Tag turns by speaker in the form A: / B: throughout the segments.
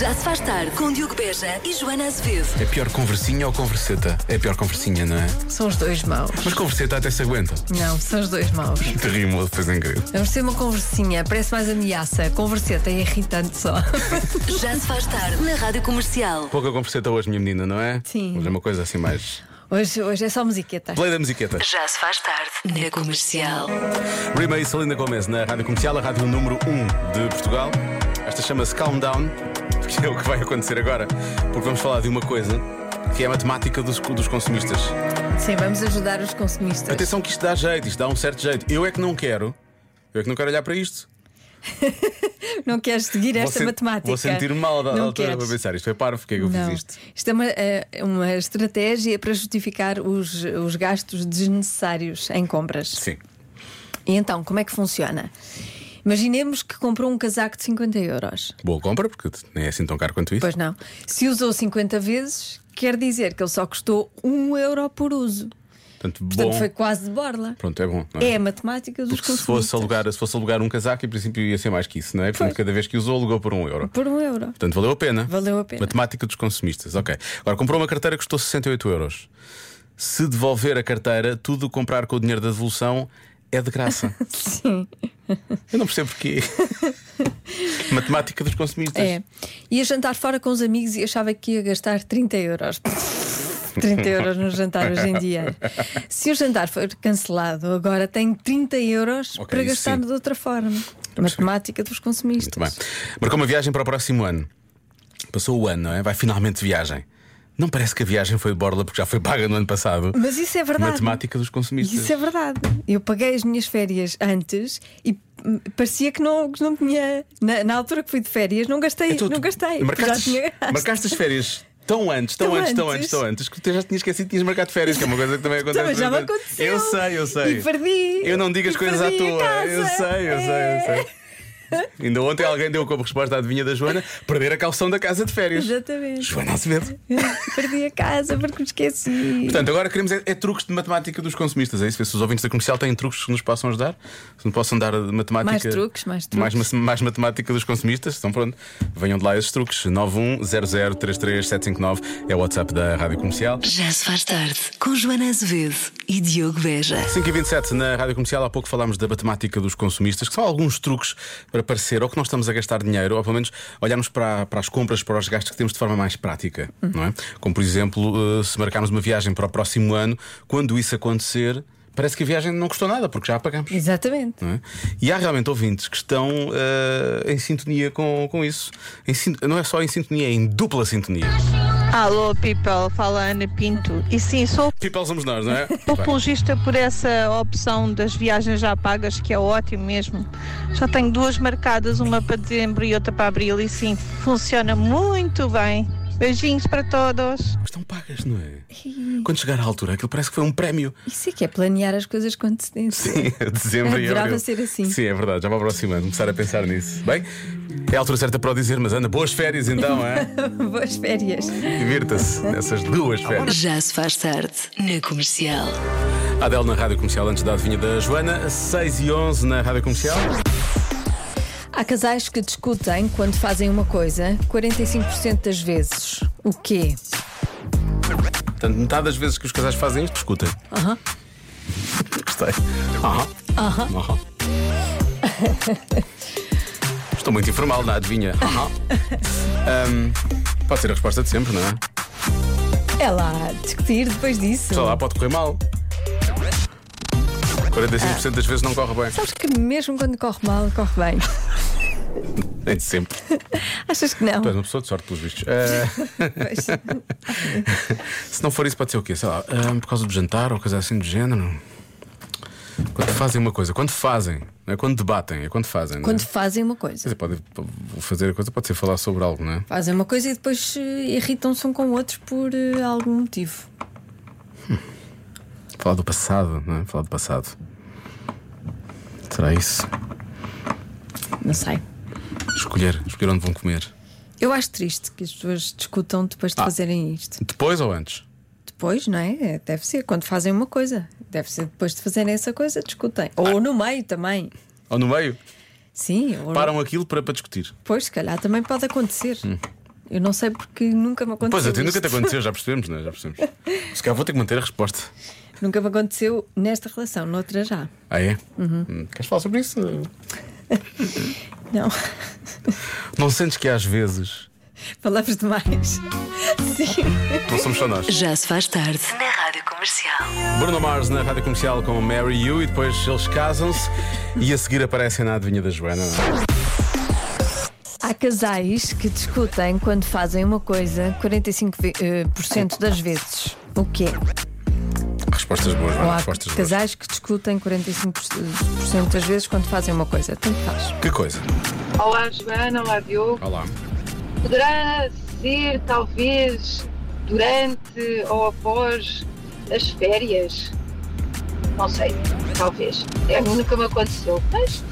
A: Já se faz tarde com Diogo Beja e Joana Azevedo.
B: É pior conversinha ou converseta? É pior conversinha, não é?
C: São os dois maus.
B: Mas converseta até se aguenta.
C: Não, são os dois maus.
B: Te rimo depois em grego.
C: Vamos ter uma conversinha, parece mais ameaça. Converseta é irritante só.
A: Já se faz tarde na Rádio Comercial.
B: Pouca converseta hoje, minha menina, não é?
C: Sim.
B: Mas é uma coisa assim mais.
C: Hoje, hoje é só musiqueta.
B: Play da musiqueta.
A: Já se faz tarde na Comercial.
B: Rima e Salinda Gomes na rádio comercial, a rádio número 1 de Portugal. Esta chama-se Calm Down, que é o que vai acontecer agora, porque vamos falar de uma coisa que é a matemática dos, dos consumistas.
C: Sim, vamos ajudar os consumistas.
B: Atenção que isto dá jeito, isto dá um certo jeito. Eu é que não quero, eu é que não quero olhar para isto.
C: Não queres seguir esta
B: sen-
C: matemática?
B: Vou sentir mal da
C: Não
B: altura
C: queres.
B: para pensar isto. É parvo, porque é que eu
C: Não.
B: fiz isto?
C: Isto é uma, é uma estratégia para justificar os, os gastos desnecessários em compras.
B: Sim.
C: E então, como é que funciona? Imaginemos que comprou um casaco de 50 euros.
B: Boa compra, porque nem é assim tão caro quanto isso.
C: Pois não. Se usou 50 vezes, quer dizer que ele só custou 1 euro por uso.
B: Portanto,
C: Portanto,
B: bom.
C: foi quase de borla.
B: Pronto, é bom. não
C: É a matemática dos
B: Porque se fosse,
C: consumistas.
B: alugar, se fosse alugar um casaco, em princípio ia ser mais que isso, não é? Portanto,
C: Pois.
B: cada vez que usou, alugou por um euro.
C: Por um euro.
B: Portanto, valeu a pena.
C: Valeu a pena.
B: Matemática dos consumistas, ok. Agora, comprou uma carteira que custou 68 euros. Se devolver a carteira, tudo o que comprar com o dinheiro da devolução é de graça.
C: Sim.
B: Eu não percebo porquê. Matemática dos consumistas.
C: É. Ia jantar fora com os amigos e achava que ia gastar 30 euros. 30 euros no jantar hoje em dia. Se o jantar for cancelado, agora tem 30 euros
B: Ok,
C: para
B: isso
C: gastar
B: sim.
C: de outra forma. Matemática dos
B: Muito bem.
C: consumistas.
B: Marcou uma viagem para o próximo ano. Passou o ano, não é? Vai finalmente de viagem. Não parece que a viagem foi de borla porque já foi paga no ano passado.
C: Mas isso é verdade.
B: Matemática dos consumistas.
C: Isso é verdade. Eu paguei as minhas férias antes e hum, parecia que não, que não tinha. Na, na altura que fui de férias, não gastei.
B: Então,
C: não
B: tu
C: gastei. Já
B: Marcaste,
C: tinha gasto.
B: marcaste as férias. Tão antes, tão,
C: Tão
B: antes, tão antes,
C: antes.
B: tão antes, que tu já tinha esquecido que tinhas marcado férias, que é uma coisa que também acontece.
C: Também já me
B: bastante.
C: aconteceu.
B: Eu sei, eu sei.
C: E perdi.
B: Eu não digo as
C: E
B: coisas à
C: perdi a
B: toa. Eu
C: casa. É.
B: sei, eu sei, eu sei. Ainda ontem alguém deu como resposta à adivinha da Joana perder a calção da casa de férias.
C: Exatamente.
B: Joana Azevedo.
C: Perdi a casa porque me esqueci.
B: Portanto, agora queremos é, é truques de matemática dos consumistas, é isso? Ver se os ouvintes da comercial têm truques que nos possam ajudar, se nos possam dar eh, matemática.
C: Mais truques, mais truques.
B: Mais, ma- mais matemática dos consumistas. Então, pronto, venham de lá esses truques. 910033759 é o WhatsApp da rádio comercial.
A: Já se faz tarde com Joana Azevedo e Diogo Beja.
B: 5h27 na Rádio Comercial, há pouco falámos da matemática dos consumistas, que são alguns truques para parecer ou que nós estamos a gastar dinheiro, ou pelo menos olharmos para, para as compras, para os gastos que temos de forma mais prática, não é? Como por exemplo, eh, se marcarmos uma viagem para o próximo ano, quando isso acontecer, parece que a viagem não custou nada, porque já a pagamos.
C: Exatamente.
B: não é? E há realmente ouvintes que estão eh, em sintonia com, com isso. Em sin- não é só em sintonia, é em dupla sintonia.
D: Alô, people, fala Ana Pinto. E sim, sou
B: People somos nós, não é?
D: apologista por essa opção das viagens já pagas, que é ótimo mesmo. Já tenho duas marcadas, uma para dezembro e outra para abril, e sim, funciona muito bem. Beijinhos para todos.
B: Mas Estão pagas, não é? Quando chegar à altura, aquilo parece que foi um prémio.
C: Isso é que é planear as coisas com antecedência.
B: Sim, dezembro e
C: Adorava
B: abril.
C: ser assim.
B: Sim, é verdade, já vai aproximando, começar a pensar nisso. Bem, é a altura certa para o dizer, mas anda, boas férias então, é?
C: Boas férias.
B: Divirta-se nessas duas férias.
A: Já se faz tarde na Comercial.
B: Adel na rádio comercial antes da adivinha da Joana, 6 e 11 na rádio comercial.
C: Há casais que discutem quando fazem uma coisa 45% das vezes. O quê?
B: Portanto, metade das vezes que os casais fazem isto, escutem.
C: Aham.
B: Gostei. Aham. Aham. Estou muito informal na adivinha. Aham. Ahm, pode ser a resposta de sempre, não é?
C: É lá, discutir depois disso.
B: Sei lá, pode correr mal. 45% das vezes não corre bem.
C: Sabes que mesmo quando corre mal, corre bem.
B: Nem sempre.
C: Achas que não?
B: Tu és uma pessoa de sorte, pelos vistos. Ah,
C: Pois.
B: se não for isso, pode ser o quê? Sei lá, ah, por causa do jantar ou coisa assim do género. Quando fazem uma coisa, quando fazem, não é quando debatem, é quando fazem. não é?
C: Quando fazem uma
B: Quer
C: coisa.
B: dizer, pode pode fazer a coisa, pode ser falar sobre algo, não é?
C: Fazem uma coisa e depois eh, irritam-se um com o outro por eh, algum motivo.
B: Falar do passado, não é? Falar do passado. Será isso?
C: Não sei.
B: Escolher, escolher onde vão comer.
C: Eu acho triste que as pessoas discutam depois de
B: Ah.
C: fazerem isto.
B: Depois ou antes?
C: Depois, não é? É, Deve ser. Quando fazem uma coisa, deve ser depois de fazerem essa coisa, discutem. Ou no meio também.
B: Ou no meio?
C: Sim, ou...
B: Param aquilo para, para discutir.
C: pois, se calhar também pode acontecer. Eu não sei porque nunca me aconteceu.
B: Pois, até nunca
C: isto.
B: te aconteceu, já percebemos, não é? Já percebemos. Se calhar vou ter que manter a resposta.
C: Nunca me aconteceu nesta relação, noutra já.
B: Ah, é?
C: Uhum.
B: Hum, Queres falar sobre isso?
C: Não,
B: Não sentes que às vezes
C: palavras demais. Sim.
B: não somos só nós.
A: Já se faz tarde na Rádio Comercial.
B: Bruno Mars na rádio comercial com Mary You e depois eles casam-se e a seguir aparecem na adivinha da Joana. não é?
C: Há casais que discutem quando fazem uma coisa 45% ve- eh, por cento das vezes. O quê?
B: Respostas boas,
C: Ou
B: Joana,
C: há
B: respostas boas.
C: casais que discutem 45% das vezes quando fazem uma coisa. Tanto faz.
B: Que coisa?
E: Olá, Joana. Olá, Diogo.
B: Olá.
E: Poderá ser, talvez, durante ou após as férias? Não sei, talvez. É, nunca me aconteceu, mas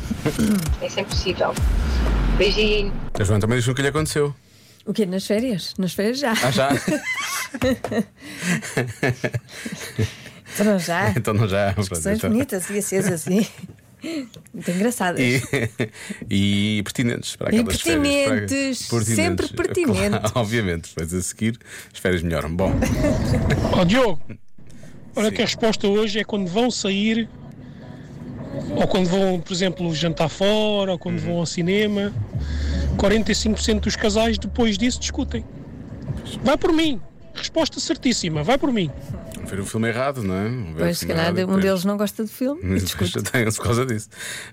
E: é sempre possível. Beijinho.
B: A Joana também disse o que lhe aconteceu.
C: O quê? Nas férias? Nas férias já.
B: Ah, já?
C: Foram já.
B: então não já.
C: São
B: Pronto, então.
C: bonitas e acesas assim. Muito engraçadas.
B: E, e pertinentes para
C: E
B: aquelas
C: pertinentes,
B: férias. para-
C: sempre pertinentes.
B: Claro, obviamente, depois a seguir as férias melhoram. Bom,
F: Ó Diogo, olha
B: Sim.
F: que a resposta hoje é quando vão sair, ou quando vão, por exemplo, jantar fora, ou quando vão ao cinema, 45% dos casais depois disso discutem. Vai por mim, resposta certíssima, vai por mim.
B: vamos ver o filme errado, não é? Vamos ver o
C: Pois, se
B: filme
C: calhar,
B: errado e
C: um
B: depois-
C: deles não gosta do filme e discute.
B: Chateiam-se por causa disso.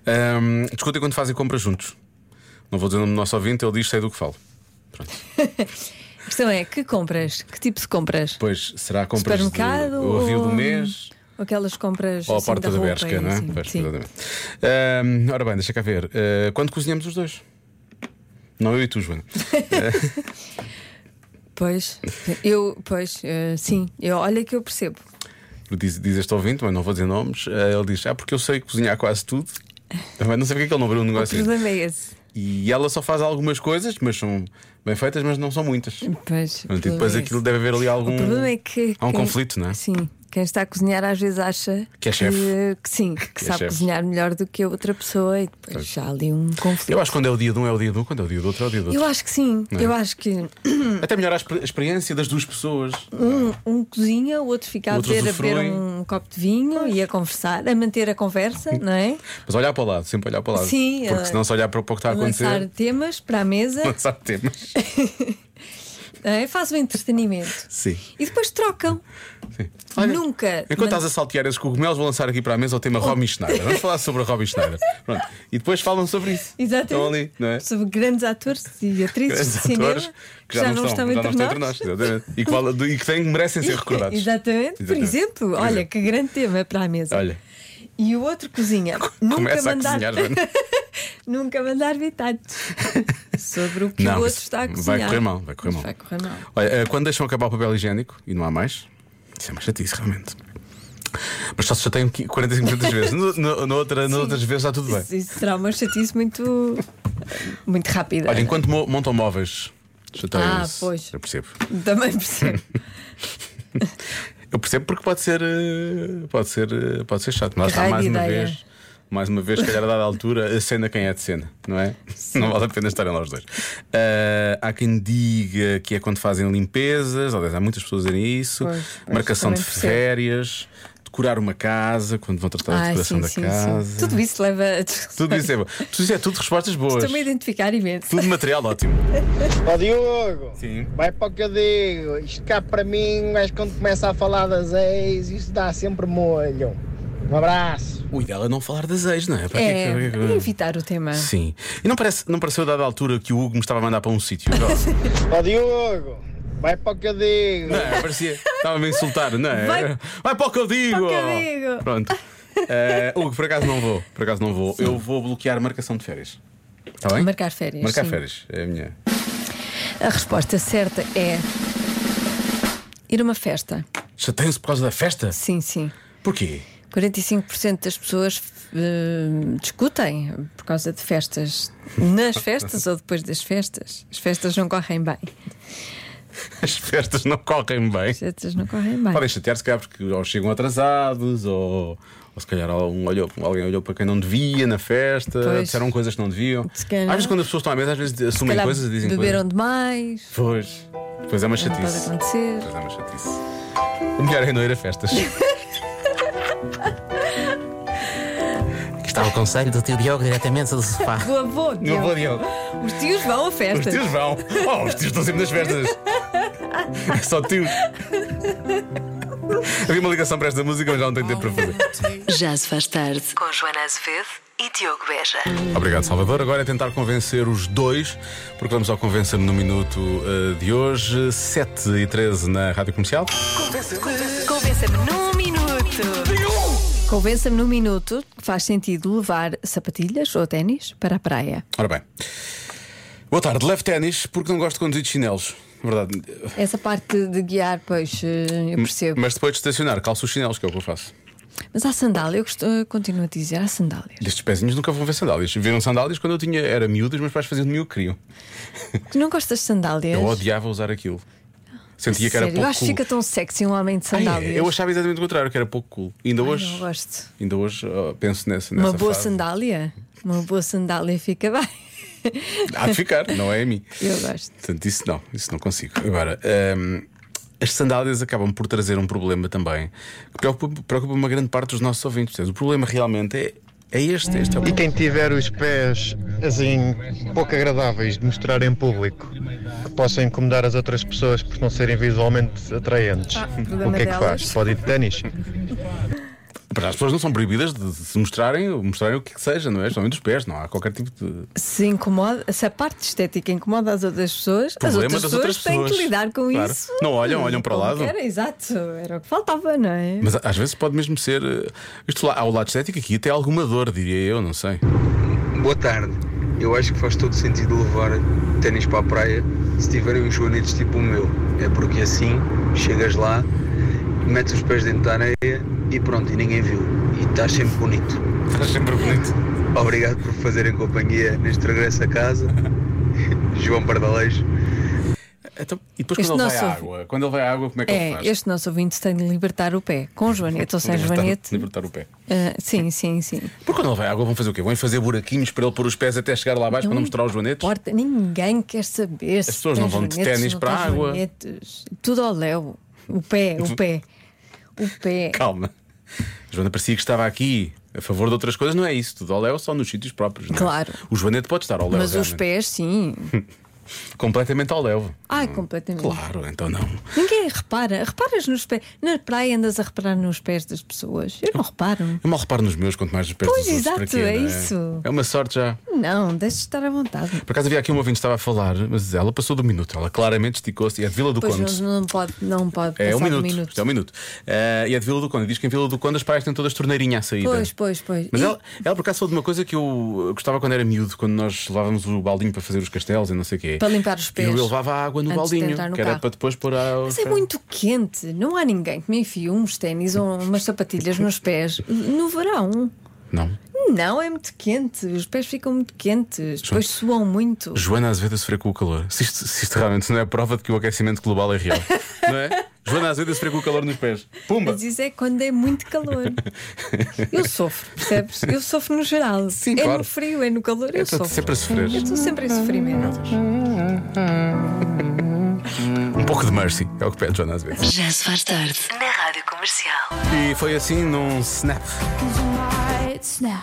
B: Ahm, discutem quando fazem compras juntos. Não vou dizer o nome do nosso ouvinte, ele diz sei do que falo.
C: A questão é: que compras? Que tipo de compras?
B: Pois será compras do,
C: Supermercado
B: do avião
C: ou-
B: do mês
C: Ou Aquelas compras.
B: ou a
C: assim,
B: porta da
C: roupa
B: Bershka,
C: e
B: não é?
C: assim.
B: Pois,
C: Sim.
B: exatamente. Ahm, ora bem, deixa cá ver. Ah, quando cozinhamos os dois? Não, eu e tu, Joana.
C: Pois, eu, pois, eh, sim, eu, olha que eu percebo.
B: Diz, diz este ouvinte, mas não vou dizer nomes. ah, ele diz: Ah, porque eu sei cozinhar quase tudo. Mas não sei porque é que ele não abriu um
C: O
B: negócio.
C: problema é esse.
B: E ela só faz algumas coisas, mas são bem feitas, mas não são muitas.
C: Pois,
B: Portanto, e
C: o problema
B: Tipo, depois
C: é
B: aquilo
C: esse.
B: deve haver ali algum.
C: O problema é que.
B: Há um
C: quem-
B: conflito, não é?
C: Sim, quem está a cozinhar às vezes acha
B: Que é chefe.
C: que sim, que,
B: é
C: sabe
B: chefe.
C: cozinhar melhor do que a outra pessoa e depois já há ali um conflito.
B: Eu acho que é? quando é o dia de um é o dia de um, quando é o dia do outro é o dia do outro.
C: Eu acho que sim, eu acho que
B: Até melhor a exper- experiência das duas pessoas.
C: um, um cozinha, o outro fica a
B: O outro
C: beber, a beber
B: usufrui.
C: um copo de vinho e a conversar, a manter a conversa, não é?
B: Mas olhar para o lado, sempre olhar para o lado.
C: Sim,
B: Porque
C: eh,
B: se não se olhar para o que está a
C: Lançar
B: acontecer,
C: temas para a mesa,
B: lançar temas.
C: não é? faz o entretenimento.
B: Sim.
C: E depois trocam.
B: Sim. Olha,
C: Nunca. Oh.
B: Enquanto estás a saltear esses cogumelos, vou lançar aqui para a mesa o tema Robbie Schneider. Vamos falar sobre a Robbie Schneider. Pronto. E depois falam sobre isso. Estão
C: Exatamente.
B: ali, não é?
C: Sobre grandes atores e atrizes
B: Grandes
C: de cinema
B: atores que já, não estão, já não estão entre nós. Exatamente. E que, val- e que têm- merecem ser recordados.
C: Exatamente. Por
B: Exatamente.
C: exemplo,
B: Por
C: olha
B: exemplo.
C: que grande tema para a mesa.
B: Olha,
C: E o outro cozinha. nunca
B: começa a
C: mandar,
B: cozinhar, Joana.
C: nunca mandar vitados sobre o que
B: Não,
C: o outro
B: isso
C: está a
B: vai
C: cozinhar.
B: correr mal, vai correr mal.
C: Vai correr mal.
B: Olha, eh, quando deixam acabar o papel higiênico e não há mais, isso é uma chatice, realmente. Mas só se já tem 45 das vezes. No, no, no outra, noutras vezes está tudo bem.
C: Isso, isso será uma chatice muito, muito rápida.
B: Olha, enquanto mo- montam móveis, chateiam-se.
C: Ah, pois.
B: Eu percebo.
C: Também percebo.
B: Eu percebo porque pode ser, eh, pode ser, eh, pode ser chato. Mas
C: Que
B: está
C: raio
B: mais
C: de
B: uma
C: ideia.
B: vez, mais uma vez, se calhar a dada altura, a cena quem é de cena, não é? Não vale a pena estarem lá os dois. Ah, há quem diga que é quando fazem limpezas, aliás, há muitas pessoas a dizerem isso,
C: Pois, pois,
B: marcação de
C: também percebo.
B: férias, decorar uma casa, quando vão tratar da
C: Ah,
B: decoração
C: sim,
B: da
C: sim,
B: casa.
C: sim. Tudo isso leva a.
B: Tudo isso é bom. Tudo isso é tudo respostas boas.
C: Estou-me a identificar imenso.
B: Tudo material ótimo.
G: Ó Diogo,
B: Sim.
G: vai para o que eu digo. Isto cá para mim, mas quando começa a falar das ex, isso dá sempre molho. Um abraço.
B: O ideal é não falar das ex, não é? Para que
C: É,
B: que- que-
C: evitar o tema.
B: Sim. E não, parece, não pareceu dada a altura que o Hugo me estava a mandar para um sítio.
G: Ó Diogo, vai para o que eu digo.
B: Não, é, parecia. Estava-me a insultar, não é?
C: Vai-
B: Vai para o que eu digo!
C: Para o que eu digo.
B: Pronto. Eh, Hugo, por acaso não vou. Por acaso não vou. Eu vou bloquear a marcação de férias. Está bem?
C: Marcar férias,
B: Marcar
C: sim.
B: férias. É a minha.
C: A resposta certa é. Ir a uma festa.
B: Chateiam-se por causa da festa?
C: Sim, sim.
B: Porquê?
C: 45% das pessoas eh, discutem por causa de festas. Nas festas ou depois das festas. As festas não correm bem.
B: As festas não correm bem.
C: As festas não correm bem.
B: Podem chatear-se, calhar, porque ou chegam atrasados, ou, ou se calhar algum olhou- alguém olhou para quem não devia na festa,
C: Pois.
B: disseram coisas que não deviam.
C: Se calhar-
B: Às vezes, quando as pessoas estão à mesa, às vezes
C: Se
B: assumem
C: calhar
B: coisas e dizem
C: beberam demais,
B: coisas. Pois. Pois é uma
C: não pode
B: chatice.
C: acontecer.
B: Pois é uma chatice. O melhor é não ir a festas.
H: Aqui está o um conselho do tio Diogo diretamente do sofá.
C: Do avô,
B: Não vou,
C: Diogo.
B: Diogo.
C: Os tios vão a
B: Os
C: festas.
B: tios vão. Oh, os tios estão sempre nas festas. É só tios. Havia uma ligação para esta música, mas já não tenho tempo para fazer.
A: Já se faz tarde com Joana Azevedo e Diogo Beja.
B: Obrigado, Salvador. Agora é tentar convencer os dois, porque vamos ao Convencer-me no Minuto eh, de hoje, 7 e 13 na Rádio Comercial.
A: Convença-me num minuto.
C: Convença-me num minuto que faz sentido levar sapatilhas ou ténis para a praia.
B: Ora bem. Boa tarde, levo ténis porque não gosto de conduzir de chinelos. Verdade.
C: Essa parte de guiar, pois, eh, eu percebo.
B: Mas depois de estacionar, calço os chinelos, que é o que eu faço.
C: Mas há sandália, eu gosto- eu continuo a dizer, há sandálias.
B: Destes pezinhos nunca vão ver sandálias. Viram sandálias quando eu tinha, era miúdo, os meus pais faziam de mim o que queriam.
C: Tu não gostas de sandálias?
B: Eu odiava usar aquilo. Sentia que era
C: Sério, eu
B: pouco
C: acho que
B: cool.
C: fica tão sexy um homem de
B: Ai, é,
C: sandálias.
B: eu achava exatamente o contrário, que era pouco cool. Ainda
C: Ai,
B: hoje,
C: Não gosto.
B: ainda hoje oh, penso nessa, nessa
C: Uma boa
B: fase.
C: sandália? Uma boa sandália fica bem.
B: Há de ficar, não é a mim.
C: Eu gosto.
B: Portanto, isso não, isso não consigo. Agora, hum, as sandálias acabam por trazer um problema também que preocupa, preocupa uma grande parte dos nossos ouvintes. Portanto, O problema realmente é, é este. este é o
I: E
C: Hum.
B: problema.
I: quem tiver os pés assim pouco agradáveis de mostrar em público, que possam incomodar as outras pessoas por não serem visualmente atraentes,
C: problema
I: o que é que
C: delas.
I: faz? Pode ir de ténis?
B: Para as pessoas não são proibidas de se mostrarem, mostrarem o que, que seja, não é? Somente os pés, não há qualquer tipo de.
C: Se incomoda, se a parte estética incomoda as outras pessoas,
B: Problema
C: as outras
B: das
C: pessoas
B: outras
C: têm que
B: pessoas.
C: lidar com
B: Claro.
C: isso.
B: Não olham, olham para o
C: Como
B: lado.
C: Era, exato, era o que faltava, não é?
B: Mas às vezes pode mesmo ser. eh, Isto lá, ao lado estético aqui até alguma dor, diria eu, não sei.
J: Boa tarde. Eu acho que faz todo sentido levar ténis para a praia se tiverem uns joanetes tipo o meu. É porque assim chegas lá, metes os pés dentro da areia e pronto, e ninguém viu. E estás sempre bonito.
B: Estás sempre bonito.
J: Obrigado por fazerem companhia neste regresso a casa. João Pardalejo.
B: Então, e depois
C: Este
B: quando ele vai
C: nosso
B: à
C: ouvi-
B: água? Quando ele vai à água, como é que ele
C: É,
B: faz?
C: este nosso ouvinte tem de libertar o pé. Com joanete ou sem
B: Libertar-
C: joanete.
B: Libertar o pé.
C: Ah, sim, sim, sim.
B: Porque quando ele vai à água vão fazer o quê? Vão fazer buraquinhos para ele pôr os pés até chegar lá abaixo para não mostrar os joanetes?
C: Porta, ninguém quer saber se
B: pessoas
C: tem
B: não vão de
C: joanetes,
B: ténis
C: não
B: para
C: tem
B: a água.
C: joanetes. Tudo ao léu. O pé, o pé. O pé.
B: Calma. A Joana parecia que estava aqui a favor de outras coisas, não é isso? Tudo ao léu só nos sítios próprios. não é?
C: Claro.
B: O joanete pode estar ao léu.
C: Mas os
B: realmente.
C: pés, sim.
B: Completamente ao léu.
C: Ai, completamente.
B: Claro, então não.
C: Ninguém repara. Reparas nos pés. Na praia andas a reparar nos pés das pessoas. Eu não reparo.
B: Eu mal reparo nos meus, quanto mais dos pés
C: Pois,
B: dos outros. para
C: exato,
B: quê,
C: é
B: não
C: isso.
B: É uma sorte já.
C: Não, deixa estar à vontade.
B: Por acaso havia aqui um ouvinte que estava a falar, mas ela passou do minuto. Ela claramente esticou-se. E é de Vila do
C: Pois
B: Conde.
C: não, não pode, não pode
B: É
C: passar
B: um
C: de
B: minuto.
C: minuto.
B: Isto é um minuto. Eh, e é de Vila do Conde. Diz que em Vila do Conde as praias têm todas torneirinhas à saída.
C: Pois, pois, pois.
B: Mas
C: E-
B: ela, ela por acaso falou de uma coisa que eu gostava quando era miúdo, quando nós levávamos o baldinho para fazer os castelos e não sei o quê.
C: Para limpar os pés.
B: Eu levava a água no
C: Antes de
B: baldinho,
C: entrar no
B: que era
C: carro.
B: para depois pôr a.
C: Mas é muito quente. Não há ninguém que me enfie uns ténis ou umas sapatilhas nos pés no verão.
B: Não.
C: Não, é muito quente. Os pés ficam muito quentes. Depois suam muito.
B: Joana Azevedo a sofrer com o calor. Se isto, se isto realmente não é prova de que o aquecimento global é real, não é? Joana Azevedo a sofrer com o calor nos pés. Pumba!
C: Mas isso é quando é muito calor. Eu sofro, percebes? Eu sofro no geral.
B: Sim,
C: é
B: claro.
C: no frio, é no calor, eu,
B: É tudo
C: sofro.
B: sempre a sofrer.
C: Eu estou sempre em sofrimento.
B: Um pouco de mercy, é o que pede Joana Azevedo.
A: Já se faz tarde na Rádio Comercial.
B: E foi assim num snap.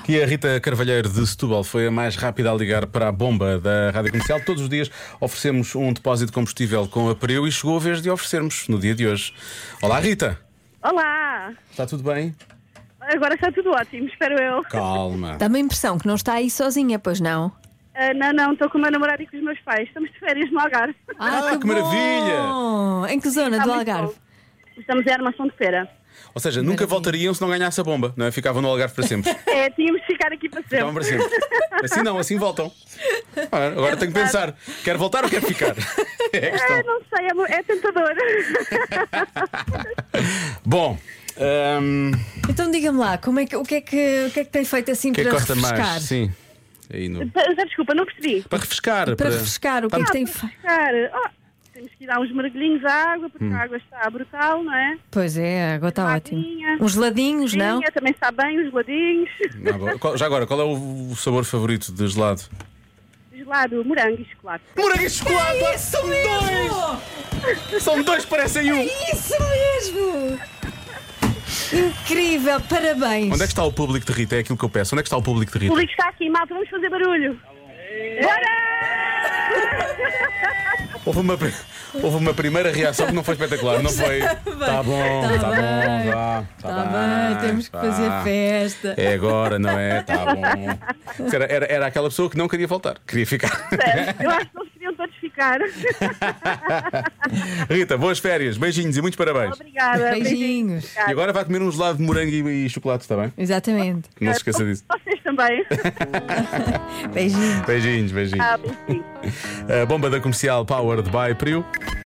B: Que a Rita Carvalheiro de Setúbal foi a mais rápida a ligar para a bomba da Rádio Comercial. Todos os dias oferecemos um depósito de combustível com a Pereu e chegou a vez de oferecermos no dia de hoje. Olá, Rita.
K: Olá!
B: Está tudo bem?
K: Ah, Agora está tudo ótimo, espero eu.
B: Calma.
C: Dá-me a impressão que não está aí sozinha, pois não?
K: Ah, não, não, estou com o meu namorado e com os meus pais. Estamos de férias no Algarve.
B: Ah, que maravilha!
C: bom! Em que zona
K: Está
C: do
K: muito
C: Algarve?
K: bom. Estamos em armação de feira.
B: Ou seja, nunca voltariam se não ganhasse a bomba, não é? Ficavam no Algarve para sempre.
K: É, tínhamos de ficar aqui para
B: Ficavam
K: sempre.
B: para sempre. Assim não, assim voltam. Ora, Agora tenho que pensar: quero voltar ou quero ficar? É a questão.
K: Ah, não sei, é, mo- é tentador.
B: Bom. hum,
C: Então diga-me lá, como é que, o, que é que, o que é que tem feito assim
B: O que é que
C: para
B: gosta
C: refrescar?
B: mais? Sim. Aí no...
K: Já desculpa, não percebi.
B: Para refrescar.
C: Para refrescar, o que é que tem feito?
K: Cara, oh, temos que ir dar uns mergulhinhos à água, porque
C: Hum.
K: a água está brutal, não é?
C: Pois é, a água está ótima.
K: Aguinha.
C: Uns ladinhos, não?
K: Aguinha, Também está bem, os geladinhos.
B: Ah, bom. Qual- Já agora, qual é o sabor favorito de gelado?
K: Gelado, morango e chocolate.
B: Morango e chocolate!
K: é
B: São dois! São dois, parecem um!
C: Isso mesmo! Incrível, parabéns!
B: Onde é que está o público de Rita? É aquilo que eu peço. Onde é que está o público de
K: O
B: Rita?
K: público está aqui, malta, vamos fazer barulho. Bora!
B: Houve uma, pri- houve uma primeira reação que não foi espetacular, não foi?
C: Tá bem,
B: Tá bom,
C: tá
B: tá bom,
C: bem.
B: vá.
C: Tá bem, temos que
B: vá.
C: fazer festa.
B: É agora, não é? Tá bom. Era, era, era aquela pessoa que não queria voltar, queria ficar.
K: Eu acho que eles queriam todos ficar.
B: Rita, boas férias, beijinhos e muitos parabéns.
K: Obrigada.
C: Beijinhos.
B: E agora vai comer um gelado de morango e, e chocolate, está bem?
C: Exatamente.
B: Não se esqueça disso.
K: Vocês também.
C: Beijinhos.
B: Beijinhos, beijinhos.
D: Tá
K: Ah, beijinhos.
B: A bomba da comercial Powered by Priu.